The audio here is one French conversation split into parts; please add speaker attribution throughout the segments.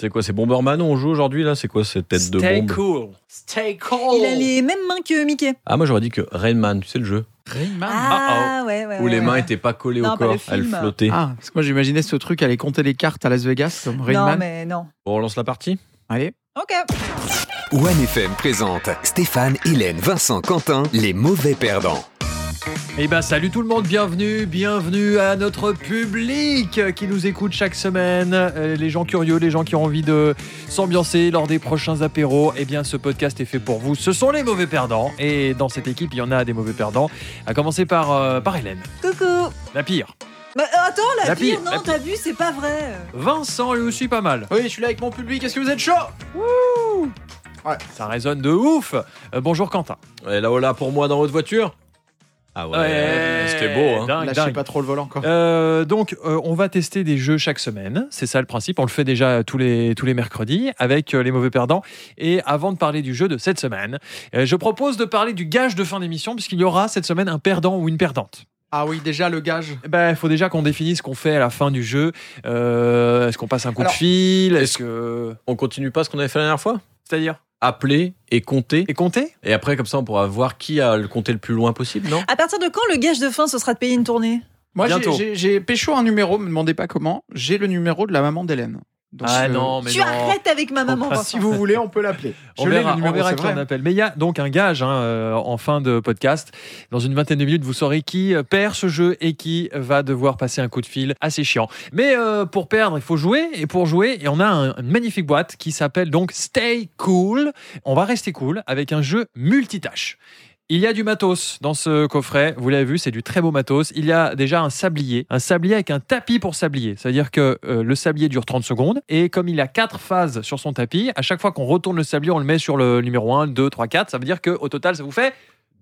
Speaker 1: C'est quoi C'est Bomberman où on joue aujourd'hui là C'est quoi cette tête de
Speaker 2: Stay
Speaker 1: bombe
Speaker 2: cool. Stay cool.
Speaker 3: Il a les mêmes mains que Mickey.
Speaker 1: Ah moi j'aurais dit que Rainman, tu sais le jeu
Speaker 2: Rayman.
Speaker 3: Ah, ouais, ouais.
Speaker 1: où les
Speaker 3: ouais,
Speaker 1: mains
Speaker 3: ouais.
Speaker 1: étaient pas collées
Speaker 3: Non,
Speaker 1: au
Speaker 3: pas le
Speaker 1: corps, elles
Speaker 3: film.
Speaker 1: flottaient.
Speaker 4: Ah, parce que moi j'imaginais ce truc aller compter les cartes à Las Vegas comme Rayman.
Speaker 3: Non, mais non.
Speaker 1: Bon, on lance la partie.
Speaker 4: Allez.
Speaker 3: Ok.
Speaker 5: OneFM présente Stéphane, Hélène, Vincent, Quentin, les mauvais perdants.
Speaker 4: Eh ben salut tout le monde, bienvenue, bienvenue à notre public euh, qui nous écoute chaque semaine, Euh, les gens curieux, les gens qui ont envie de s'ambiancer lors des prochains apéros. Eh bien ce podcast est fait pour vous. Ce sont les mauvais perdants et dans cette équipe, il y en a des mauvais perdants. À commencer par euh, par Hélène,
Speaker 3: Coucou.
Speaker 4: la pire.
Speaker 3: Bah, euh, attends, la,
Speaker 4: La
Speaker 3: pire,
Speaker 4: pire, la
Speaker 3: non, t'as vu, c'est pas vrai.
Speaker 4: Vincent lui aussi pas mal.
Speaker 2: Oui, je suis là avec mon public. Est-ce que vous êtes chaud
Speaker 4: Ça résonne de ouf. Euh, bonjour Quentin.
Speaker 1: Et là, voilà pour moi dans votre voiture. Ah ouais,
Speaker 4: Ouais,
Speaker 1: c'était beau. Hein.
Speaker 4: dingue,
Speaker 2: Là, je sais
Speaker 4: dingue.
Speaker 2: pas trop le volant encore.
Speaker 4: Euh, donc, euh, on va tester des jeux chaque semaine. C'est ça le principe. On le fait déjà euh, tous les, tous les mercredis avec euh, les mauvais perdants. Et avant de parler du jeu de cette semaine, euh, je propose de parler du gage de fin d'émission, puisqu'il y aura cette semaine un perdant ou une perdante.
Speaker 2: Ah oui, déjà le gage.
Speaker 4: Il faut déjà qu'on définisse ce qu'on fait à la fin du jeu. Euh, est-ce qu'on passe un coup
Speaker 2: Alors,
Speaker 4: de fil
Speaker 1: est-ce-
Speaker 4: Est-ce que.
Speaker 1: On continue pas ce qu'on avait fait la dernière fois
Speaker 4: C'est-à-dire
Speaker 1: Appeler et compter.
Speaker 4: Et compter
Speaker 1: Et après, comme ça, on pourra voir qui a le compté le plus loin possible, non
Speaker 3: À partir de quand le gage de fin, ce sera de payer une tournée
Speaker 2: Moi, j'ai-
Speaker 4: Bientôt.
Speaker 2: j'ai- j'ai pécho un numéro. Me demandez pas comment. J'ai le numéro de la maman d'Hélène. Donc,
Speaker 4: Ah,
Speaker 2: euh,
Speaker 3: Tu arrêtes avec ma maman,
Speaker 2: Si
Speaker 3: Vincent.
Speaker 2: vous voulez, on peut l'appeler.
Speaker 4: On
Speaker 2: Je l'ai,
Speaker 4: verra,
Speaker 2: le numéro,
Speaker 4: on verra
Speaker 2: c'est
Speaker 4: qui
Speaker 2: vrai.
Speaker 4: on appelle. Mais il y a donc un gage hein, euh, en fin de podcast. Dans une vingtaine de minutes, vous saurez qui euh, perd ce jeu et qui va devoir passer un coup de fil assez chiant. Mais euh, pour perdre, il faut jouer. Et pour jouer, et on a un- une magnifique boîte qui s'appelle donc Stay Cool. On va rester cool avec un jeu multitâche. Il y a du matos dans ce coffret, vous l'avez vu, c'est du très beau matos. Il y a déjà un sablier, un sablier avec un tapis pour sablier. C'est-à-dire que euh, le sablier dure 30 secondes et comme il a quatre phases sur son tapis, à chaque fois qu'on retourne le sablier, on le met sur le numéro 1, 2, 3, 4. Ça veut dire qu'au total, ça vous fait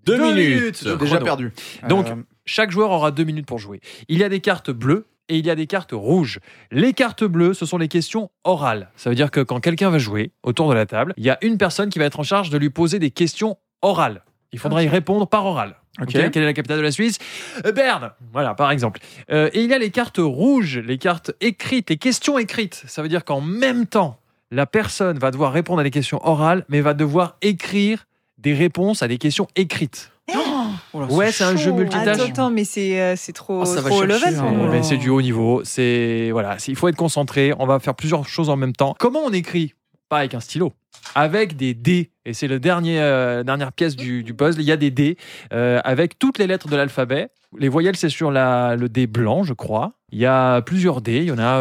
Speaker 1: Deux
Speaker 4: deux
Speaker 1: minutes.
Speaker 4: de
Speaker 2: Déjà
Speaker 4: chrono.
Speaker 2: perdu.
Speaker 4: Donc,
Speaker 2: Euh,
Speaker 4: Chaque joueur aura deux minutes pour jouer. Il y a des cartes bleues et il y a des cartes rouges. Les cartes bleues, ce sont les questions orales. Ça veut dire que quand quelqu'un va jouer autour de la table, il y a une personne qui va être en charge de lui poser des questions orales. Il faudra y répondre par oral.
Speaker 2: Ok.
Speaker 4: Ok, Quelle est la capitale de la Suisse Euh, Berne, voilà, par exemple. Euh, et il y a les cartes rouges, les cartes écrites, les questions écrites. Ça veut dire qu'en même temps, la personne va devoir répondre à des questions orales, mais va devoir écrire des réponses à des questions écrites.
Speaker 2: oh là,
Speaker 4: Ouais, c'est un
Speaker 2: chaud.
Speaker 4: jeu multitâche.
Speaker 3: Eh, Attends, attends, mais c'est euh, c'est trop,
Speaker 2: Oh, ça va
Speaker 3: trop
Speaker 2: chercher,
Speaker 3: level.
Speaker 2: hein.
Speaker 3: pour
Speaker 2: Oh.
Speaker 3: nous.
Speaker 4: Mais c'est du haut niveau, c'est voilà, c'est- il faut être concentré, on va faire plusieurs choses en même temps. Comment on écrit Pas avec un stylo, avec des dés. Et c'est le dernier euh, dernière pièce du, du puzzle. Il y a des dés euh, avec toutes les lettres de l'alphabet. Les voyelles, c'est sur la, le dé blanc, je crois. Il y a plusieurs dés, il y en a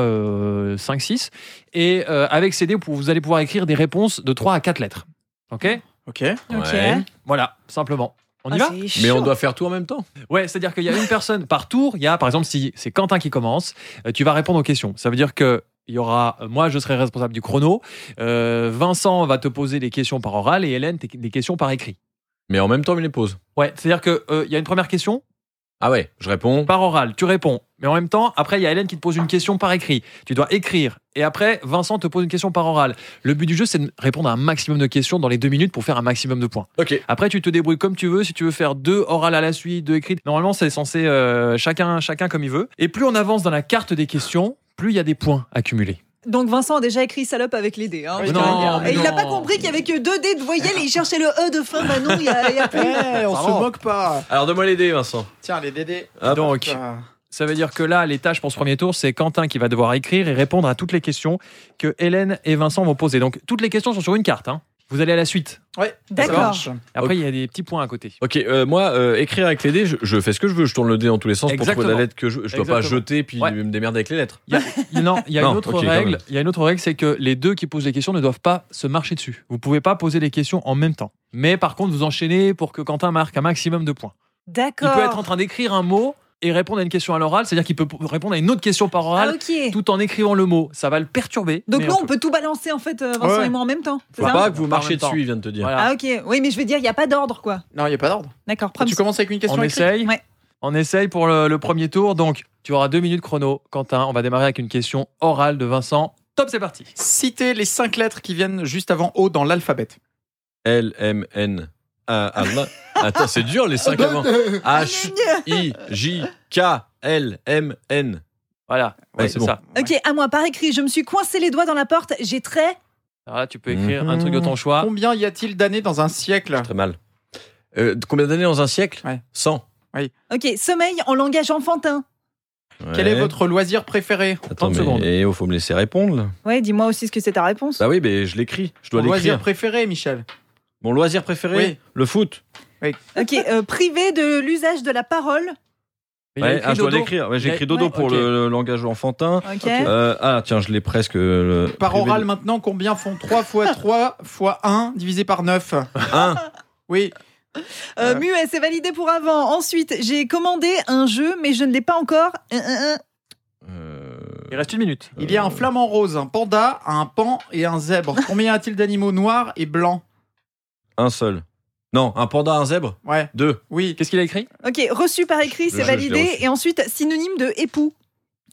Speaker 4: 5, 6. Et euh, avec ces dés, vous- vous allez pouvoir écrire des réponses de 3 à 4 lettres. OK
Speaker 2: Ok.
Speaker 3: Ok.
Speaker 1: Ouais.
Speaker 4: Voilà, simplement. On y va
Speaker 3: Ah, c'est
Speaker 1: Mais on
Speaker 3: chaud.
Speaker 1: doit faire tout en même temps.
Speaker 4: Ouais, c'est-à-dire qu'il y a une personne par tour. Il y a, par exemple, si c'est Quentin qui commence, euh, tu vas répondre aux questions. Ça veut dire que il y aura, euh, moi, je serai responsable du chrono. euh, Vincent va te poser des questions par oral et Hélène t'es- des questions par écrit.
Speaker 1: Mais en même temps, il les pose.
Speaker 4: Ouais, c'est-à-dire que euh, il y a une première question
Speaker 1: Ah ouais, je réponds.
Speaker 4: par oral, tu réponds. Mais en même temps, après, il y a Hélène qui te pose une question par écrit. Tu dois écrire. Et après, Vincent te pose une question par oral. Le but du jeu, c'est de répondre à un maximum de questions dans les deux minutes pour faire un maximum de points.
Speaker 1: Ok.
Speaker 4: Après, tu te débrouilles comme tu veux. Si tu veux faire deux orales à la suite, deux écrites, normalement, c'est censé euh, chacun, chacun comme il veut. Et plus on avance dans la carte des questions, plus il y a des points accumulés.
Speaker 3: Donc Vincent a déjà écrit salope avec les dés. hein,
Speaker 2: Mais
Speaker 3: je dois
Speaker 2: non,
Speaker 3: le dire.
Speaker 2: mais
Speaker 3: et il n'a
Speaker 4: non.
Speaker 3: pas compris qu'il y avait que deux dés de voyelles et il cherchait le E de fin. Bah non, il y a, il y a plus.
Speaker 2: Eh, on se
Speaker 4: Bravo.
Speaker 2: moque pas.
Speaker 1: Alors, donne-moi les dés, Vincent.
Speaker 2: Tiens, les DD.
Speaker 1: Hop.
Speaker 4: Donc,
Speaker 2: Ah.
Speaker 4: ça veut dire que là, les tâches pour ce premier tour, c'est Quentin qui va devoir écrire et répondre à toutes les questions que Hélène et Vincent vont poser. Donc, toutes les questions sont sur une carte. hein. Vous allez à la suite.
Speaker 2: Ouais,
Speaker 3: D'accord.
Speaker 2: ça marche.
Speaker 4: Après, il y a des petits points à côté.
Speaker 1: Ok, euh, moi, euh, écrire avec les dés, je, je fais ce que je veux. Je tourne le dé dans tous les sens pour trouver
Speaker 4: Exactement.
Speaker 1: la lettre que je veux. Je dois pas
Speaker 4: Exactement.
Speaker 1: jeter puis
Speaker 4: Ouais.
Speaker 1: me démerder avec les lettres.
Speaker 4: Il y a- il- non, il y a
Speaker 1: Non,
Speaker 4: une autre
Speaker 1: ok, quand
Speaker 4: règle.
Speaker 1: même.
Speaker 4: Il y a une autre règle, c'est que les deux qui posent les questions ne doivent pas se marcher dessus. Vous pouvez pas poser les questions en même temps. Mais par contre, vous enchaînez pour que Quentin marque un maximum de points. Il
Speaker 3: D'accord.
Speaker 4: peut être en train d'écrire un mot et répondre à une question à l'oral, c'est-à-dire qu'il peut répondre à une autre question par
Speaker 3: Ah,
Speaker 4: oral
Speaker 3: ok.
Speaker 4: tout en écrivant le mot. Ça va le perturber.
Speaker 3: Donc
Speaker 4: mais
Speaker 3: nous, on peut tout balancer en fait, euh, Vincent
Speaker 2: Ouais.
Speaker 3: et moi en même temps. c'est
Speaker 1: Faut
Speaker 3: ça
Speaker 1: pas que vous
Speaker 4: Par
Speaker 1: marchiez
Speaker 4: même temps.
Speaker 1: dessus, il vient de te dire.
Speaker 4: Voilà.
Speaker 3: Ah ok, oui mais je veux dire, il n'y a pas d'ordre quoi.
Speaker 2: Non, il n'y a pas d'ordre.
Speaker 3: D'accord,
Speaker 2: Tu
Speaker 3: promise.
Speaker 2: commences avec une question
Speaker 4: On
Speaker 2: écrite.
Speaker 4: essaye.
Speaker 3: Ouais.
Speaker 4: On essaye pour le, le premier tour. Donc, tu auras deux minutes chrono, Quentin. On va démarrer avec une question orale de Vincent. Top, c'est parti.
Speaker 2: Citez les cinq lettres qui viennent juste avant O dans l'alphabet.
Speaker 1: L, M, N, A, Allah. Attends, c'est dur les cinq avant. H, I, J, K, L, M, N.
Speaker 4: Voilà,
Speaker 1: Ouais,
Speaker 4: Ouais,
Speaker 1: c'est
Speaker 4: c'est
Speaker 1: bon.
Speaker 4: ça.
Speaker 3: Ok, à moi, par écrit, je me suis coincé les doigts dans la porte, j'ai très.
Speaker 4: Alors là, tu peux écrire un truc de ton choix.
Speaker 1: Mmh.
Speaker 2: Combien y a-t-il d'années dans un siècle
Speaker 1: Très mal. Euh, combien d'années dans un siècle
Speaker 2: Ouais.
Speaker 1: 100.
Speaker 3: Ok, sommeil en langage enfantin.
Speaker 2: Quel est
Speaker 1: Ouais.
Speaker 2: votre loisir préféré
Speaker 1: Attends,
Speaker 4: 30
Speaker 1: mais
Speaker 4: secondes.
Speaker 1: il faut me laisser répondre. là.
Speaker 3: Ouais, dis-moi aussi ce que c'est ta réponse.
Speaker 1: Bah oui, mais je l'écris. Je dois
Speaker 2: Ton loisir
Speaker 1: l'écrire.
Speaker 2: préféré, Michel
Speaker 1: Mon loisir préféré
Speaker 2: Oui.
Speaker 1: Le foot.
Speaker 3: Ok, euh, privé de l'usage de la parole.
Speaker 4: Mais il a
Speaker 1: Ouais,
Speaker 4: écrit
Speaker 1: ah, je dois
Speaker 4: dodo.
Speaker 1: l'écrire. Ouais, J'ai
Speaker 4: Ouais.
Speaker 1: écrit dodo
Speaker 3: Ouais.
Speaker 1: pour
Speaker 4: Ok.
Speaker 1: le, le langage enfantin.
Speaker 3: Ok.
Speaker 1: Euh, ah, tiens, je l'ai presque. euh,
Speaker 2: Par
Speaker 1: privé de-
Speaker 2: oral maintenant, combien font 3 fois 3 fois 1 divisé par 9
Speaker 1: Un.
Speaker 2: Oui,
Speaker 3: Euh, muet, c'est validé pour avant. Ensuite, j'ai commandé un jeu, mais je ne l'ai pas encore. Euh, euh, euh.
Speaker 1: Euh,
Speaker 4: Il reste une minute.
Speaker 2: il y a un flamand rose, un panda, un pan et un zèbre. Combien y a-t-il d'animaux noirs et blancs
Speaker 1: Un seul. Non, un panda, un zèbre
Speaker 2: Ouais,
Speaker 1: Deux.
Speaker 2: oui.
Speaker 4: Qu'est-ce qu'il a écrit
Speaker 3: Ok, reçu par écrit,
Speaker 1: Le
Speaker 3: c'est
Speaker 1: jeu, je l'ai
Speaker 3: validé.
Speaker 1: reçu.
Speaker 3: Et ensuite, synonyme de époux.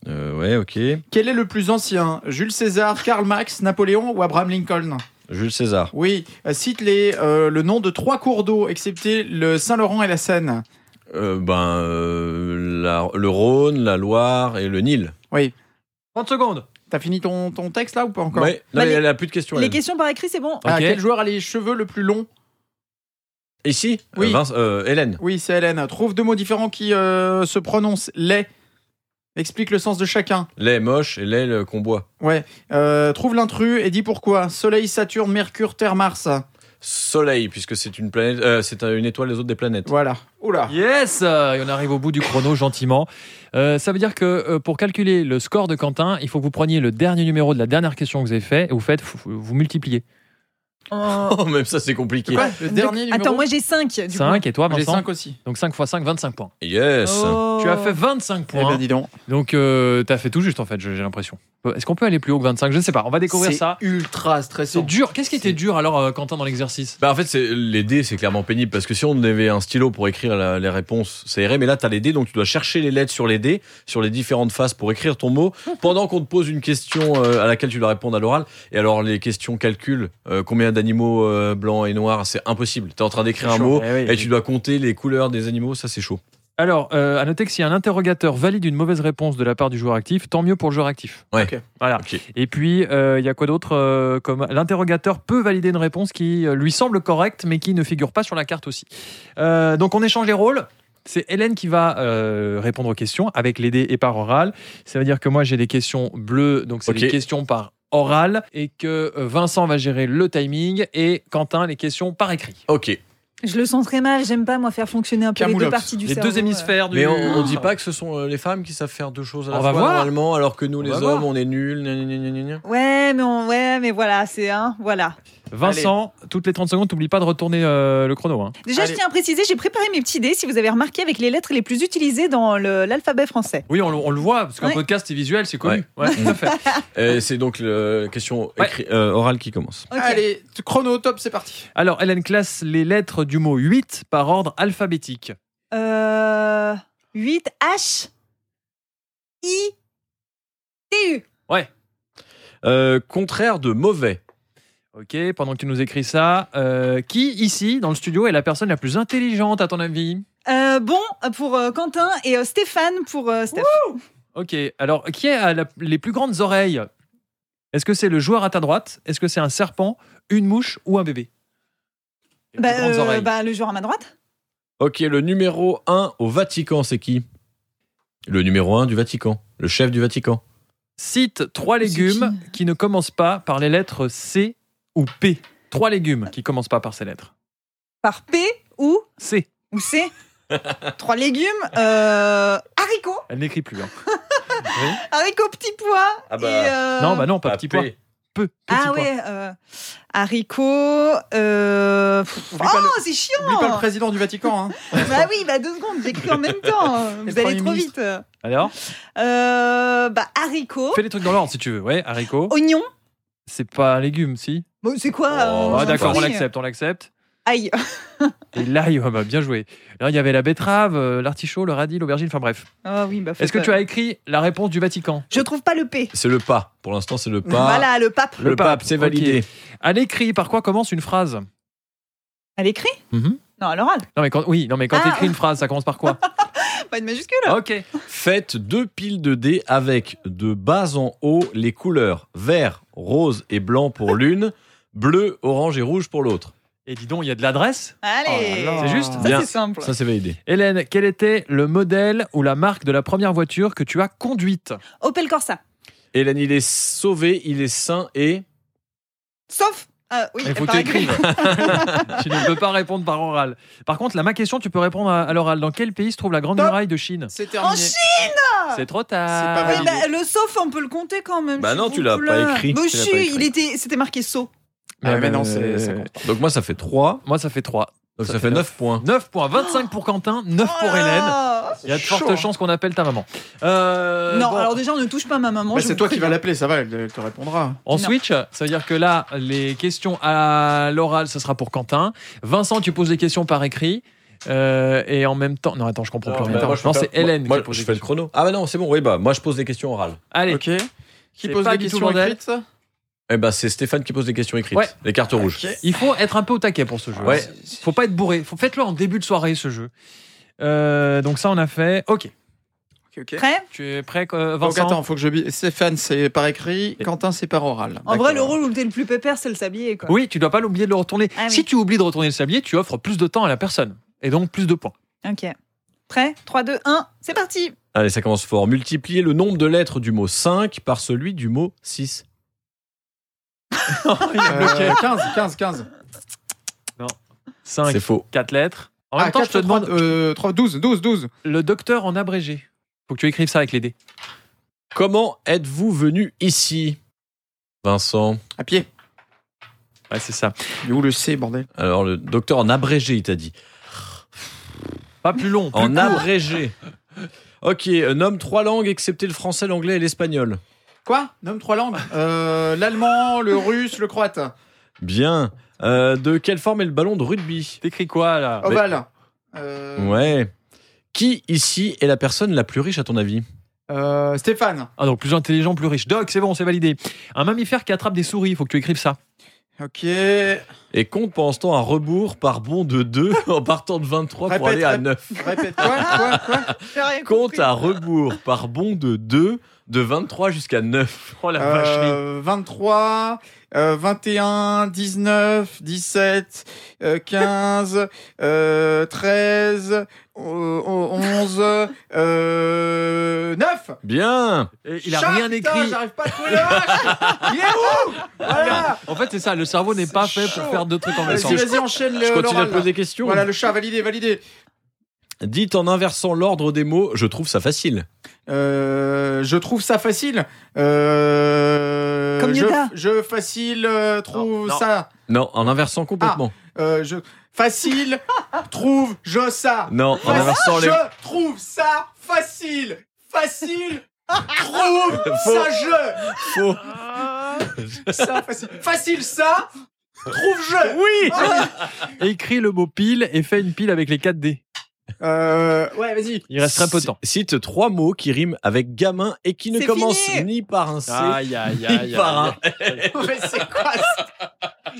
Speaker 1: Euh, ouais, ok.
Speaker 2: Quel est le plus ancien Jules César, Karl Marx, Napoléon ou Abraham Lincoln
Speaker 1: Jules César.
Speaker 2: Oui, euh, cite les, euh, le nom de trois cours d'eau, excepté le Saint-Laurent et la Seine.
Speaker 1: Euh, ben, euh, la- le Rhône, la Loire et le Nil.
Speaker 2: Oui.
Speaker 4: 30 secondes.
Speaker 2: T'as fini ton, ton texte là ou pas encore
Speaker 1: Ouais. Non,
Speaker 3: Bah,
Speaker 1: mais
Speaker 3: les-
Speaker 1: elle a plus de questions.
Speaker 3: Les
Speaker 1: elle.
Speaker 3: questions par écrit, c'est bon.
Speaker 2: Ah,
Speaker 4: Ok.
Speaker 2: Quel joueur a les cheveux le plus long
Speaker 1: Ici
Speaker 2: Oui.
Speaker 1: Euh, Vince- euh, Hélène.
Speaker 2: Oui, c'est Hélène. Trouve deux mots différents qui euh, se prononcent. Les. Explique le sens de chacun.
Speaker 1: Lait moche et lait le- qu'on boit.
Speaker 2: Ouais. Euh, trouve l'intrus et dis pourquoi. Soleil, Saturne, Mercure, Terre, Mars.
Speaker 1: Soleil, puisque c'est une planète. euh, c'est une étoile des autres des planètes.
Speaker 2: Voilà.
Speaker 1: Ah.
Speaker 2: Oula.
Speaker 4: Yes Et on arrive au bout du chrono gentiment. Euh, ça veut dire que euh, pour calculer le score de Quentin, il faut que vous preniez le dernier numéro de la dernière question que vous avez fait et vous faites, vous- vous multipliez.
Speaker 1: Oh, même ça, c'est compliqué.
Speaker 2: Quoi Le dernier
Speaker 3: Ah, Attends,
Speaker 2: numéro
Speaker 3: moi j'ai 5. Du coup.
Speaker 4: 5 et toi,
Speaker 2: J'ai
Speaker 4: Vincent
Speaker 2: 5 aussi.
Speaker 4: Donc 5 x 5, 25 points.
Speaker 1: Yes.
Speaker 3: Oh.
Speaker 4: Tu as fait 25
Speaker 2: Eh ben,
Speaker 4: points.
Speaker 2: dis donc.
Speaker 4: Donc euh, t'as fait tout juste en fait, j'ai j'ai l'impression. Euh, Est-ce qu'on peut aller plus haut que 25 Je ne sais pas, on va découvrir
Speaker 2: C'est
Speaker 4: ça.
Speaker 2: ultra
Speaker 4: C'est
Speaker 2: stressant.
Speaker 4: dur. Qu'est-ce qui était
Speaker 2: C'est-
Speaker 4: dur alors, euh, Quentin, dans l'exercice
Speaker 1: Bah en fait, c'est, les dés, c'est clairement pénible parce que si on avait un stylo pour écrire la- les réponses, ça irait. Mais là, t'as les dés, donc tu dois chercher les lettres sur les dés, sur les différentes faces pour écrire ton mot, pendant qu'on te pose une question euh, à laquelle tu dois répondre à l'oral. Et alors, les questions calcul, euh, combien d'animaux euh, blancs et noirs, c'est impossible. T'es en train d'écrire un
Speaker 2: C'est chaud.
Speaker 1: mot
Speaker 4: Eh oui.
Speaker 1: et tu dois compter les couleurs des animaux, ça c'est chaud.
Speaker 4: Alors, euh, à noter que si un interrogateur valide une mauvaise réponse de la part du joueur actif, tant mieux pour le joueur actif.
Speaker 1: Ouais.
Speaker 2: Ok.
Speaker 4: Voilà.
Speaker 1: Ok.
Speaker 4: Et puis, euh, il y a quoi d'autre euh, Comme l'interrogateur peut valider une réponse qui euh, lui semble correcte, mais qui ne figure pas sur la carte aussi. Euh, donc, on échange les rôles. C'est Hélène qui va euh, répondre aux questions avec les dés et par oral. Ça veut dire que moi j'ai des questions bleues, donc c'est
Speaker 1: Ok.
Speaker 4: des questions par oral, et que euh, Vincent va gérer le timing et Quentin les questions par écrit.
Speaker 1: Ok.
Speaker 3: Je le sens très mal, j'aime pas moi faire fonctionner un peu les
Speaker 2: Camoulox.
Speaker 3: deux parties du
Speaker 4: les
Speaker 3: cerveau.
Speaker 4: deux hémisphères du.
Speaker 1: Mais on, on dit pas que ce sont euh, les femmes qui savent faire deux choses à la
Speaker 4: Ah. On va
Speaker 1: fois
Speaker 4: voir.
Speaker 1: normalement, alors que nous
Speaker 4: On
Speaker 1: les
Speaker 4: va
Speaker 1: hommes,
Speaker 4: voir.
Speaker 1: on est nuls. gna, gna, gna, gna, gna.
Speaker 3: euh. Ouais, mais on- ouais, mais voilà, c'est un. voilà.
Speaker 4: Vincent, toutes les 30 secondes, t'oublies pas de retourner euh, le chrono. hein.
Speaker 3: Déjà,
Speaker 2: Allez.
Speaker 3: je tiens à préciser, j'ai préparé mes petits dés, si vous avez remarqué, avec les lettres les plus utilisées dans le- l'alphabet français.
Speaker 4: Oui, on, le- on le voit, parce qu'un
Speaker 3: Ouais.
Speaker 4: podcast, c'est visuel, c'est connu. Ouais, tout à fait.
Speaker 1: Et c'est donc la question
Speaker 4: Ouais.
Speaker 1: écrit- euh, orale qui commence.
Speaker 3: Ok.
Speaker 2: Allez, chrono, top, c'est parti.
Speaker 4: Alors, Hélène classe les lettres du mot 8 par ordre alphabétique.
Speaker 3: Euh, 8 H I T U.
Speaker 1: Euh, contraire de mauvais.
Speaker 4: Ok, pendant que tu nous écris ça, euh, qui ici, dans le studio, est la personne la plus intelligente, à ton avis
Speaker 3: Euh, bon pour euh, Quentin et euh, Stéphane pour euh, Steph.
Speaker 4: Ok, alors, qui a la- les plus grandes oreilles Est-ce que c'est le joueur à ta droite Est-ce que c'est un serpent, une mouche ou un bébé Les plus
Speaker 3: Bah,
Speaker 4: grandes
Speaker 3: euh,
Speaker 4: oreilles.
Speaker 3: bah, le joueur à ma droite.
Speaker 1: Ok, le numéro 1 au Vatican, c'est qui Le numéro 1 du Vatican, le chef du Vatican.
Speaker 4: Cite trois légumes qui... ne commencent pas par les lettres C ou P. Trois légumes qui commencent pas par ces lettres.
Speaker 3: Par P ou
Speaker 4: C.
Speaker 3: ou C. Trois légumes. Euh, haricots.
Speaker 4: Elle n'écrit plus. hein.
Speaker 3: Haricots petits pois.
Speaker 1: Ah bah,
Speaker 3: et, euh,
Speaker 4: Non, bah non, pas petit
Speaker 1: P.
Speaker 4: pois. Peu. Petit
Speaker 3: Ah
Speaker 4: pois.
Speaker 3: ouais. euh, haricots. euh, pff,
Speaker 2: Oublie pas
Speaker 3: Oh,
Speaker 2: le-
Speaker 3: c'est chiant.
Speaker 2: Oublie pas le président du Vatican. hein.
Speaker 3: Bah oui, bah deux secondes, j'écris en même temps. Vous allez
Speaker 2: Premier
Speaker 3: trop
Speaker 2: ministre.
Speaker 3: vite.
Speaker 4: Alors,
Speaker 3: Euh, bah haricots.
Speaker 4: fais les trucs dans l'ordre si tu veux. Ouais, haricots.
Speaker 3: Oignons.
Speaker 4: C'est pas un légume, si.
Speaker 3: Bon, c'est quoi
Speaker 1: Oh,
Speaker 3: euh,
Speaker 4: Ah, D'accord,
Speaker 3: oui.
Speaker 4: on l'accepte, on l'accepte.
Speaker 3: Aïe.
Speaker 4: Et l'ail, ouais, bah, bien joué. Là, il y avait la betterave, euh, l'artichaut, le radis, l'aubergine, enfin bref.
Speaker 3: Ah oui, bah faut
Speaker 4: Est-ce que
Speaker 3: pas-
Speaker 4: tu as écrit la réponse du Vatican
Speaker 3: Je trouve pas le P.
Speaker 1: C'est le pas. Pour l'instant, c'est le
Speaker 4: Bah.
Speaker 1: pas.
Speaker 3: Voilà, le pape.
Speaker 1: Le,
Speaker 4: Le
Speaker 1: pape,
Speaker 4: pape,
Speaker 1: c'est
Speaker 4: ok.
Speaker 1: validé.
Speaker 4: À l'écrit, par quoi commence une phrase
Speaker 3: À l'écrit
Speaker 4: Mhm.
Speaker 3: Non, à l'oral.
Speaker 4: Non mais quand, oui, non mais quand
Speaker 3: Ah.
Speaker 4: t'écris une phrase, ça commence par quoi
Speaker 3: Pas une majuscule.
Speaker 4: Ok.
Speaker 1: Faites deux piles de dés avec de bas en haut les couleurs vert, rose et blanc pour l'une, bleu, orange et rouge pour l'autre.
Speaker 4: Et dis donc, il y a de l'adresse.
Speaker 3: Allez.
Speaker 2: Oh là là.
Speaker 4: C'est juste.
Speaker 3: Ça,
Speaker 1: Bien.
Speaker 3: c'est simple.
Speaker 1: Ça, c'est validé.
Speaker 4: Hélène, quel était le modèle ou la marque de la première voiture que tu as conduite
Speaker 3: Opel Corsa.
Speaker 1: Hélène, il est sauvé, il est sain et.
Speaker 3: Sauf. euh, oui,
Speaker 4: Il faut que
Speaker 3: par
Speaker 4: tu
Speaker 3: écrit.
Speaker 4: écrives. tu ne peux pas répondre par oral. Par contre, là, ma question, tu peux répondre à, à l'oral. Dans quel pays se trouve la Grande
Speaker 2: Top.
Speaker 4: Muraille de Chine
Speaker 2: C'est
Speaker 3: En
Speaker 2: terminé.
Speaker 3: Chine
Speaker 4: C'est trop
Speaker 2: C'est pas
Speaker 4: tard.
Speaker 3: Mais
Speaker 2: validé.
Speaker 3: la- bah, le sauf, on peut le compter quand même.
Speaker 1: Ah Bah
Speaker 3: s'il
Speaker 1: non,
Speaker 3: vous
Speaker 1: tu l'as
Speaker 3: plaît.
Speaker 1: pas écrit,
Speaker 3: Mais
Speaker 1: tu l'as
Speaker 3: si,
Speaker 1: pas écrit.
Speaker 3: il était, c'était marqué saut.
Speaker 2: Ah, mais non,
Speaker 4: euh,
Speaker 2: c'est. c'est bon.
Speaker 1: Donc, moi, ça fait 3.
Speaker 4: Moi, ça fait 3.
Speaker 1: Donc, ça,
Speaker 4: Ça
Speaker 1: fait
Speaker 4: fait
Speaker 1: 9 points.
Speaker 4: 9 points. 25 pour Quentin, 9
Speaker 3: Oh
Speaker 4: pour Hélène. Il y a de
Speaker 2: chaud,
Speaker 4: fortes
Speaker 2: hein.
Speaker 4: chances qu'on appelle ta maman. Euh,
Speaker 3: non,
Speaker 4: bon.
Speaker 3: alors déjà, on ne touche pas ma maman.
Speaker 2: Bah,
Speaker 3: je
Speaker 2: c'est
Speaker 3: vous
Speaker 2: toi qui vas
Speaker 3: préviens.
Speaker 2: l'appeler, ça va, elle elle te répondra.
Speaker 4: On
Speaker 3: Non.
Speaker 4: switch, ça veut dire que là, les questions à l'oral, ce sera pour Quentin. Vincent, tu poses les questions par écrit. Euh, et en même temps. Non, attends, je comprends plus rien. non, c'est Hélène
Speaker 1: bah, Moi,
Speaker 4: qui pose
Speaker 1: je
Speaker 4: les
Speaker 1: fais le
Speaker 4: questions.
Speaker 1: chrono. Ah, bah non, c'est bon. Oui, bah, moi, je pose des questions orales.
Speaker 4: Allez,
Speaker 2: Ok. Qui
Speaker 4: C'est
Speaker 2: pose
Speaker 4: pas
Speaker 2: des
Speaker 4: du tout
Speaker 2: questions
Speaker 4: bordel.
Speaker 2: écrites
Speaker 1: Eh ben, c'est Stéphane qui pose des questions écrites.
Speaker 4: Ouais.
Speaker 1: Les cartes rouges.
Speaker 2: Ok.
Speaker 4: il faut être un peu au taquet pour ce jeu.
Speaker 1: Ouais.
Speaker 4: Faut pas être bourré. Faut... Faites-le en début de soirée, ce jeu. Euh, donc, ça, on a fait. Ok.
Speaker 2: Ok, ok.
Speaker 3: Prêt
Speaker 4: Tu es prêt, euh,
Speaker 2: Donc
Speaker 4: Vincent
Speaker 2: attends, faut que je. bi- Stéphane, c'est par écrit. Quentin, c'est par oral.
Speaker 3: En vrai, le
Speaker 2: D'accord.
Speaker 3: rôle où t'es le plus pépère, c'est le sablier. Quoi.
Speaker 4: Oui, tu dois pas l'oublier de le retourner.
Speaker 3: Ah oui.
Speaker 4: Si tu oublies de retourner le sablier, tu offres plus de temps à la personne. Et donc, plus de points.
Speaker 3: Ok. Prêt 3, 2, 1, c'est parti.
Speaker 1: Allez, ça commence fort. Multipliez le nombre de lettres du mot 5 par celui du mot 6.
Speaker 2: Euh, 15, 15, 15.
Speaker 4: 5,
Speaker 1: C'est faux.
Speaker 4: 4 lettres. En
Speaker 2: Ah,
Speaker 4: même temps, je te demande euh,
Speaker 2: 3, 12, 12, 12.
Speaker 4: le docteur en abrégé. Faut que tu écrives ça avec les dés.
Speaker 1: Comment êtes-vous venu ici Vincent.
Speaker 2: À pied.
Speaker 4: Ouais, c'est ça.
Speaker 2: Il est où le C, bordel
Speaker 1: Alors, le docteur en abrégé, il t'a dit.
Speaker 4: Pas plus long. plus
Speaker 1: En
Speaker 4: court.
Speaker 1: abrégé. Ok, euh, nomme trois langues excepté le français, l'anglais et l'espagnol.
Speaker 2: Quoi Nomme trois langues. Euh, L'allemand, le russe, le croate.
Speaker 4: Ah,
Speaker 1: Bien. Euh, de quelle forme est le ballon de rugby
Speaker 4: T'écris quoi là
Speaker 2: Ovale. Euh,
Speaker 1: Ouais. Qui ici est la personne la plus riche à ton avis
Speaker 2: euh, Stéphane.
Speaker 4: Ah donc plus intelligent, plus riche. Doc, c'est bon, c'est validé. Un mammifère qui attrape des souris, faut que tu écrives ça.
Speaker 2: Ok. Répète,
Speaker 1: Et compte pendant ce temps à rebours par bond de 2 en partant de 23 pour aller
Speaker 2: Répète,
Speaker 1: à 9.
Speaker 2: répète. quoi, quoi, quoi
Speaker 3: J'ai rien
Speaker 1: Compte
Speaker 3: compris.
Speaker 1: à rebours par bond de 2 de 23 jusqu'à 9.
Speaker 4: Oh la vacherie.
Speaker 2: Euh, 23, euh, 21, 19, 17, euh, 15, euh, 13, euh, 11, euh, 9
Speaker 1: Bien
Speaker 4: Et il a
Speaker 2: Chat,
Speaker 4: rien
Speaker 2: putain,
Speaker 4: écrit.
Speaker 2: J'arrive pas à trouver le H Il est où Voilà
Speaker 4: En fait, c'est ça, le cerveau n'est pas fait pour
Speaker 2: chaud.
Speaker 4: faire deux trucs en même temps.
Speaker 2: Vas-y, vas-y, enchaîne le.
Speaker 1: Je continue à
Speaker 2: l'oral,
Speaker 1: te
Speaker 2: là.
Speaker 1: poser des questions.
Speaker 2: Voilà, le chat, validé, validé.
Speaker 1: Dites en inversant l'ordre des mots, je trouve ça facile.
Speaker 2: Euh, je trouve ça facile. Euh,
Speaker 3: Comme
Speaker 2: je,
Speaker 3: Yoda.
Speaker 2: je facile euh,
Speaker 4: Non,
Speaker 2: trouve
Speaker 4: non.
Speaker 2: ça.
Speaker 1: Non, en inversant complètement.
Speaker 2: Euh, je facile trouve je ça.
Speaker 1: Non, en
Speaker 2: Faci-
Speaker 1: inversant les...
Speaker 2: Je trouve ça facile. Facile. Trouve
Speaker 1: Faux.
Speaker 2: ça je.
Speaker 1: Faux.
Speaker 2: Ça facile. Facile ça. Trouve je. Oui.
Speaker 4: Écris le mot pile et fais une pile avec les 4 dés.
Speaker 2: Euh, ouais, vas-y.
Speaker 4: Il reste très peu de
Speaker 1: C-
Speaker 4: temps.
Speaker 1: Cite trois mots qui riment avec gamin et qui ne
Speaker 3: C'est
Speaker 1: commencent
Speaker 3: fini.
Speaker 1: ni par un C.
Speaker 4: Aïe aïe aïe.
Speaker 1: Par
Speaker 2: hein.
Speaker 4: aïe.
Speaker 2: Ouais, c'est quoi ça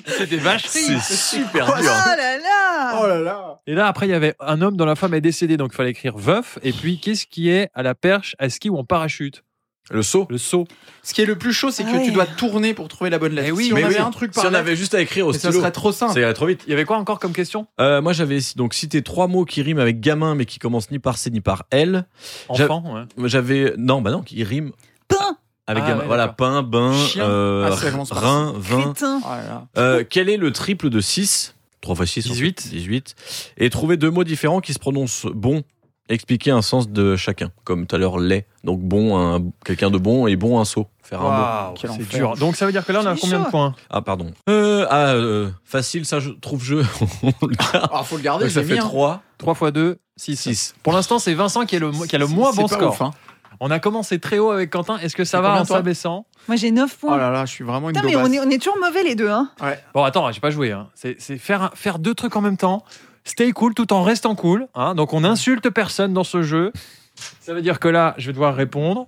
Speaker 4: C'est des vacheries.
Speaker 1: C'est super
Speaker 2: quoi,
Speaker 1: dur.
Speaker 3: Oh là là
Speaker 2: Oh là là.
Speaker 4: Et là après il y avait un homme dont la femme est décédée donc il fallait écrire veuf et puis qu'est-ce qui est à la perche, à ski ou en parachute
Speaker 1: Le saut.
Speaker 4: Le saut.
Speaker 2: Ce qui est le plus chaud, c'est que
Speaker 3: Ah ouais.
Speaker 2: tu dois tourner pour trouver la bonne lettre.
Speaker 4: Eh oui,
Speaker 2: si on
Speaker 4: mais
Speaker 2: avait
Speaker 1: oui.
Speaker 2: un truc
Speaker 1: Si
Speaker 2: par
Speaker 1: on
Speaker 2: lettre,
Speaker 1: avait juste à écrire au
Speaker 2: mais ça
Speaker 1: stylo,
Speaker 2: serait trop
Speaker 1: ça
Speaker 2: simple.
Speaker 1: irait trop vite.
Speaker 4: Il y avait quoi encore comme question
Speaker 1: Euh, moi, j'avais donc cité trois mots qui riment avec gamin, mais qui commencent ni par C ni par L. J'a-
Speaker 4: Enfant, ouais.
Speaker 1: J'avais non, bah non, qui riment
Speaker 3: Pain
Speaker 1: avec
Speaker 4: Ah,
Speaker 1: gamin.
Speaker 4: ouais,
Speaker 1: voilà,
Speaker 4: d'accord.
Speaker 1: pain, bain,
Speaker 4: Chien.
Speaker 1: euh,
Speaker 2: Ah, ça commence par
Speaker 1: rein, vin.
Speaker 3: Crétin
Speaker 2: Oh là là.
Speaker 1: Euh, quel est le triple de 6 3 fois 6
Speaker 4: 18.
Speaker 1: 18. Et trouver deux mots différents qui se prononcent bon. Expliquer un sens de chacun, comme tout à l'heure lait. Donc bon, un- quelqu'un de bon et bon un saut. Faire un bon.
Speaker 2: Waouh, quel
Speaker 4: C'est
Speaker 2: enfer.
Speaker 4: dur. Donc ça veut dire que là on a
Speaker 3: C'est
Speaker 4: combien de
Speaker 3: chaud.
Speaker 4: points
Speaker 1: Ah pardon. Euh, ah euh, facile, ça je trouve je.
Speaker 2: Ah
Speaker 1: On le garde.
Speaker 2: Alors, faut le garder,
Speaker 1: Donc, ça
Speaker 2: je l'ai
Speaker 1: fait
Speaker 2: mis, hein.
Speaker 1: 3,
Speaker 4: 3 x 2, 6.
Speaker 1: 6.
Speaker 4: Pour l'instant, c'est Vincent qui, est le, qui a le
Speaker 2: C'est-
Speaker 4: moins
Speaker 2: c'est
Speaker 4: bon
Speaker 2: pas
Speaker 4: score.
Speaker 2: ouf, hein.
Speaker 4: On a commencé très haut avec Quentin. Est-ce que ça
Speaker 2: C'est
Speaker 4: va
Speaker 2: combien,
Speaker 4: en
Speaker 2: toi
Speaker 4: s'abaissant
Speaker 3: Moi j'ai 9
Speaker 2: Oh
Speaker 3: points.
Speaker 2: là là, je suis vraiment une
Speaker 3: Putain, mais on
Speaker 2: daubasse.
Speaker 3: est, on est toujours mauvais les deux. Hein.
Speaker 4: Bon, attends, j'ai pas joué. hein. C'est c'est faire, un- faire deux trucs en même temps. Stay cool tout en restant cool. hein. Donc on insulte personne dans ce jeu. Ça veut dire que là, je vais devoir répondre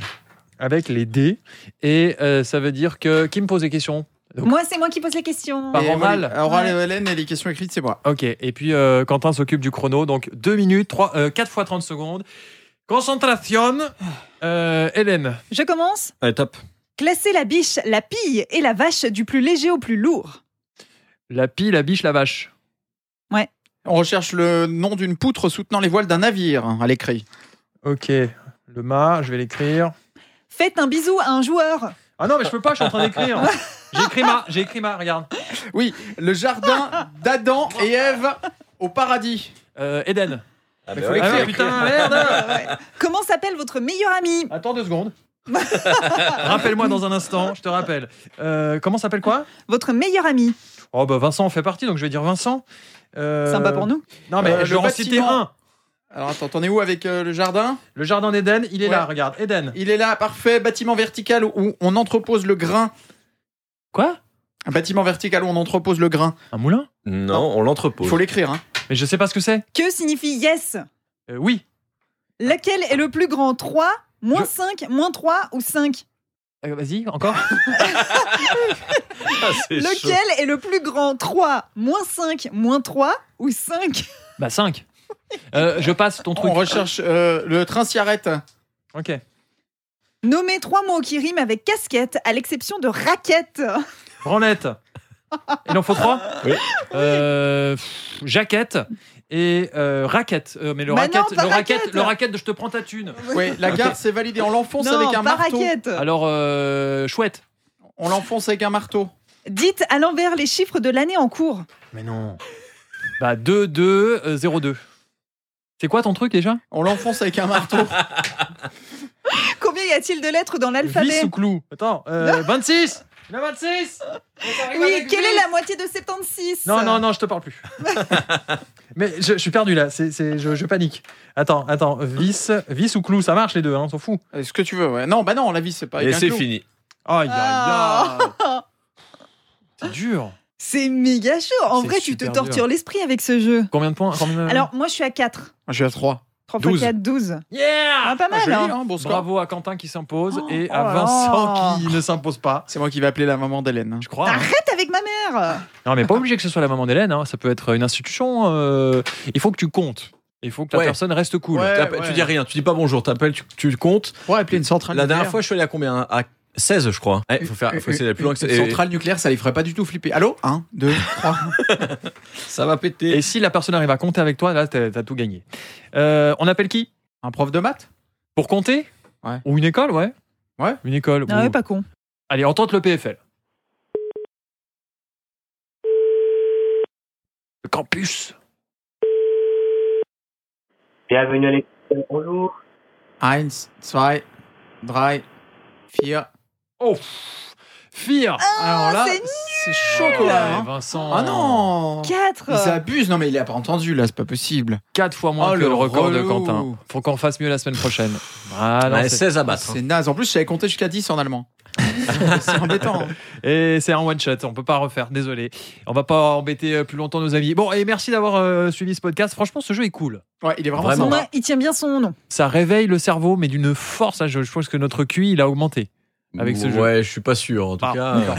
Speaker 4: avec les dés. Et euh, ça veut dire que qui me pose des questions Donc-
Speaker 3: Moi, c'est moi qui pose les questions.
Speaker 1: Ah.
Speaker 4: Par
Speaker 2: Et
Speaker 4: oral.
Speaker 2: moi, les- Oral,
Speaker 3: Ouais.
Speaker 2: Hélène, et les questions écrites, c'est moi.
Speaker 4: euh, Ok, et puis euh, Quentin s'occupe du chrono, donc 2 minutes, 3, 4 fois 30 secondes. Concentration. Euh, Hélène.
Speaker 3: Je commence.
Speaker 1: Allez, tape.
Speaker 3: Classer la biche, la pille et la vache du plus léger au plus lourd.
Speaker 4: La pie, la biche, la vache.
Speaker 2: On recherche le nom d'une poutre soutenant les voiles d'un navire hein, à l'écrit.
Speaker 4: Ok. Le mât, je vais l'écrire.
Speaker 3: Faites un bisou à un joueur.
Speaker 4: Ah non, mais je peux pas, je suis en train d'écrire. J'écris ma, j'écris ma, regarde.
Speaker 2: Oui, le jardin d'Adam et Ève au paradis.
Speaker 4: Euh, Eden.
Speaker 1: Ah,
Speaker 2: Mais
Speaker 1: bah
Speaker 2: faut
Speaker 1: ouais.
Speaker 4: Ah non,
Speaker 2: écrire.
Speaker 4: putain, merde
Speaker 3: Ouais. Comment s'appelle votre meilleur ami
Speaker 4: Attends deux secondes. Rappelle-moi dans un instant, je te rappelle. Euh, comment s'appelle quoi
Speaker 3: Votre meilleur ami.
Speaker 4: Oh bah Vincent en fait partie, donc je vais dire Vincent. Euh,
Speaker 3: Sympa pour nous.
Speaker 4: Non mais
Speaker 2: Euh,
Speaker 4: je
Speaker 2: le
Speaker 4: vais en
Speaker 2: bâtiment.
Speaker 4: citer un.
Speaker 2: Alors attends, t'en es où avec euh, le jardin
Speaker 4: Le jardin d'Eden, il est
Speaker 2: Ouais.
Speaker 4: là, regarde. Eden.
Speaker 2: Il est là, parfait, bâtiment vertical où on entrepose le grain.
Speaker 4: Quoi
Speaker 2: Un bâtiment vertical où on entrepose le grain.
Speaker 4: Un moulin
Speaker 1: Non, on l'entrepose.
Speaker 2: Faut l'écrire, hein.
Speaker 4: Mais je sais pas ce que c'est.
Speaker 3: Que signifie yes
Speaker 4: Euh, oui.
Speaker 3: Lequel est le plus grand 3, moins 5, moins 3 ou 5
Speaker 4: Euh, Vas-y, encore.
Speaker 1: Ah, c'est chaud.
Speaker 3: Lequel est le plus grand 3, moins 5, moins 3 ou 5
Speaker 4: bah 5. je passe ton truc.
Speaker 2: On recherche euh, le train s'y arrête.
Speaker 4: Ok.
Speaker 3: Nommez trois mots qui riment avec casquette, à l'exception de raquette.
Speaker 4: Branlette. Il en faut trois
Speaker 1: Oui.
Speaker 4: Euh, pff, jaquette et euh, raquette. Euh, mais le
Speaker 3: Bah
Speaker 4: raquette,
Speaker 3: non, pas
Speaker 4: le raquette,
Speaker 3: raquette.
Speaker 4: le raquette de je te prends ta thune.
Speaker 2: Oui, la gare c'est validé. On l'enfonce
Speaker 3: non,
Speaker 2: avec un
Speaker 3: pas
Speaker 2: marteau.
Speaker 3: raquette.
Speaker 4: Alors euh, chouette.
Speaker 2: On l'enfonce avec un marteau.
Speaker 3: Dites à l'envers les chiffres de l'année en cours.
Speaker 4: Mais non. Bah 2 2 euh, 0 2. C'est quoi ton truc déjà
Speaker 2: On l'enfonce avec un marteau.
Speaker 3: Combien y a-t-il de lettres dans
Speaker 4: Vis
Speaker 3: l'alphabet
Speaker 4: ou clou Attends, euh, 26 Le 26 On arrive
Speaker 3: Oui,
Speaker 4: avec
Speaker 3: quelle
Speaker 4: vis.
Speaker 3: est la moitié de 76
Speaker 4: Non, non, non, je te parle plus. Mais je, je suis perdu là, c'est, c'est- je, je panique. Attends, attends, vis, vis ou clou, ça marche les deux, hein, on s'en fout.
Speaker 2: Euh, Ce que tu veux, ouais. Non, bah non, la vie c'est pas. avec
Speaker 1: Et
Speaker 2: un
Speaker 1: c'est
Speaker 2: clou.
Speaker 1: fini.
Speaker 4: Aïe, aïe,
Speaker 3: Ah.
Speaker 4: aïe. C'est dur.
Speaker 3: C'est méga chaud. En
Speaker 4: C'est
Speaker 3: vrai, tu te
Speaker 4: super
Speaker 3: tortures
Speaker 4: dur.
Speaker 3: l'esprit avec ce jeu.
Speaker 4: Combien de points combien de-
Speaker 3: Alors, moi, je suis à 4.
Speaker 2: Je suis à 3.
Speaker 3: 3 x
Speaker 1: 12.
Speaker 3: 4, 12.
Speaker 4: yeah
Speaker 3: Ah, pas mal,
Speaker 2: Joli,
Speaker 3: hein.
Speaker 2: hein, bon score.
Speaker 4: Bravo à Quentin qui s'impose
Speaker 3: Oh,
Speaker 4: et
Speaker 3: oh
Speaker 4: à
Speaker 3: là
Speaker 4: Vincent
Speaker 3: là.
Speaker 4: qui ne s'impose pas.
Speaker 2: C'est moi qui vais appeler la maman d'Hélène. hein.
Speaker 4: Je crois. hein.
Speaker 3: Arrête avec ma mère
Speaker 4: Non, mais pas obligé que ce soit la maman d'Hélène, hein, ça peut être une institution. euh, il faut que tu comptes. Il faut que la
Speaker 1: Ouais.
Speaker 4: personne reste cool.
Speaker 2: Ouais.
Speaker 1: T'appelles- Tu dis rien, tu dis pas bonjour, t'appelles, tu, tu comptes.
Speaker 2: pourrais appeler une centrale
Speaker 1: La dernière fois, je suis allé à combien À 16, je crois. Il faut, faire, faut essayer d'aller plus loin que ça. Et-
Speaker 2: centrale nucléaire, ça les ferait pas du tout flipper. Allô 1, 2, 3.
Speaker 1: Ça va péter.
Speaker 4: Et si la personne arrive à compter avec toi, là, t'as t'as tout gagné. Euh, on appelle qui
Speaker 2: Un prof de maths
Speaker 4: Pour compter
Speaker 2: Ouais.
Speaker 4: Ou une école, ouais
Speaker 2: Ouais.
Speaker 4: Une école.
Speaker 3: Ah
Speaker 4: ou-
Speaker 3: ouais, pas con.
Speaker 4: Allez, on tente le PFL. Le campus.
Speaker 6: Bienvenue à l'école, bonjour.
Speaker 2: 1, 2, 3, 4.
Speaker 4: Oh pff, Fear
Speaker 2: Alors là,
Speaker 3: Oh, c'est nul
Speaker 2: c'est chaud quand
Speaker 4: Ouais,
Speaker 2: même. hein.
Speaker 4: Vincent.
Speaker 2: Ah non Ils
Speaker 3: 4
Speaker 2: abusent. Non mais il a pas entendu là, c'est pas possible.
Speaker 4: 4 fois moins
Speaker 2: Oh,
Speaker 4: que
Speaker 2: le
Speaker 4: le record de
Speaker 2: relou.
Speaker 4: Quentin. Faut qu'on fasse mieux la semaine prochaine. Ah, non,
Speaker 1: Ouais,
Speaker 4: c'est-
Speaker 1: 16 à battre. hein.
Speaker 2: C'est naze. En plus, j'avais compté jusqu'à 10 en allemand. c'est embêtant. hein.
Speaker 4: Et c'est un one shot, on peut pas refaire, désolé. On va pas embêter euh, plus longtemps nos amis. Bon, et merci d'avoir euh, suivi ce podcast. Franchement, ce jeu est cool.
Speaker 2: Ouais, il est vraiment,
Speaker 1: Vraiment.
Speaker 2: sympa.
Speaker 3: Ouais, il tient bien son nom.
Speaker 4: Ça réveille le cerveau, mais d'une force. hein. Je, je pense que notre QI, il a augmenté. Avec ce jeu.
Speaker 1: Ouais, je suis pas sûr. En tout
Speaker 4: Ah,
Speaker 1: cas. euh,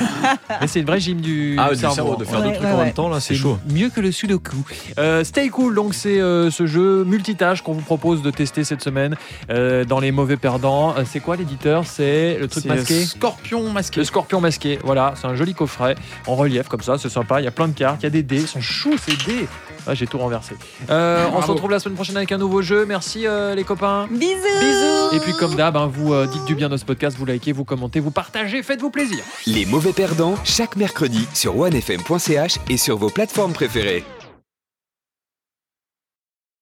Speaker 4: Mais c'est une vraie gym du
Speaker 1: Ah, c'est
Speaker 4: cerveau.
Speaker 1: cerveau de faire
Speaker 3: Ouais,
Speaker 1: deux trucs
Speaker 3: ouais,
Speaker 1: en
Speaker 3: ouais.
Speaker 1: même temps, là, c'est chaud.
Speaker 4: Mieux que le Sudoku. Euh, Stay Cool, donc c'est euh, ce jeu multitâche qu'on vous propose de tester cette semaine euh, dans les mauvais perdants. Euh, C'est quoi l'éditeur C'est le truc
Speaker 2: C'est
Speaker 4: masqué
Speaker 2: Scorpion masqué.
Speaker 4: le scorpion masqué, voilà, c'est un joli coffret en relief comme ça, c'est sympa. Il y a plein de cartes, il y a des dés, ils sont chauds ces dés. Ah, J'ai tout renversé. Euh, on se
Speaker 2: Bravo.
Speaker 4: retrouve la semaine prochaine avec un nouveau jeu. Merci euh, les copains.
Speaker 3: Bisous
Speaker 4: Et puis comme d'hab, hein, vous euh, dites du bien de ce podcast, vous likez, vous commentez, vous partagez, faites-vous plaisir.
Speaker 5: Les mauvais perdants, chaque mercredi sur onefm.ch et sur vos plateformes préférées.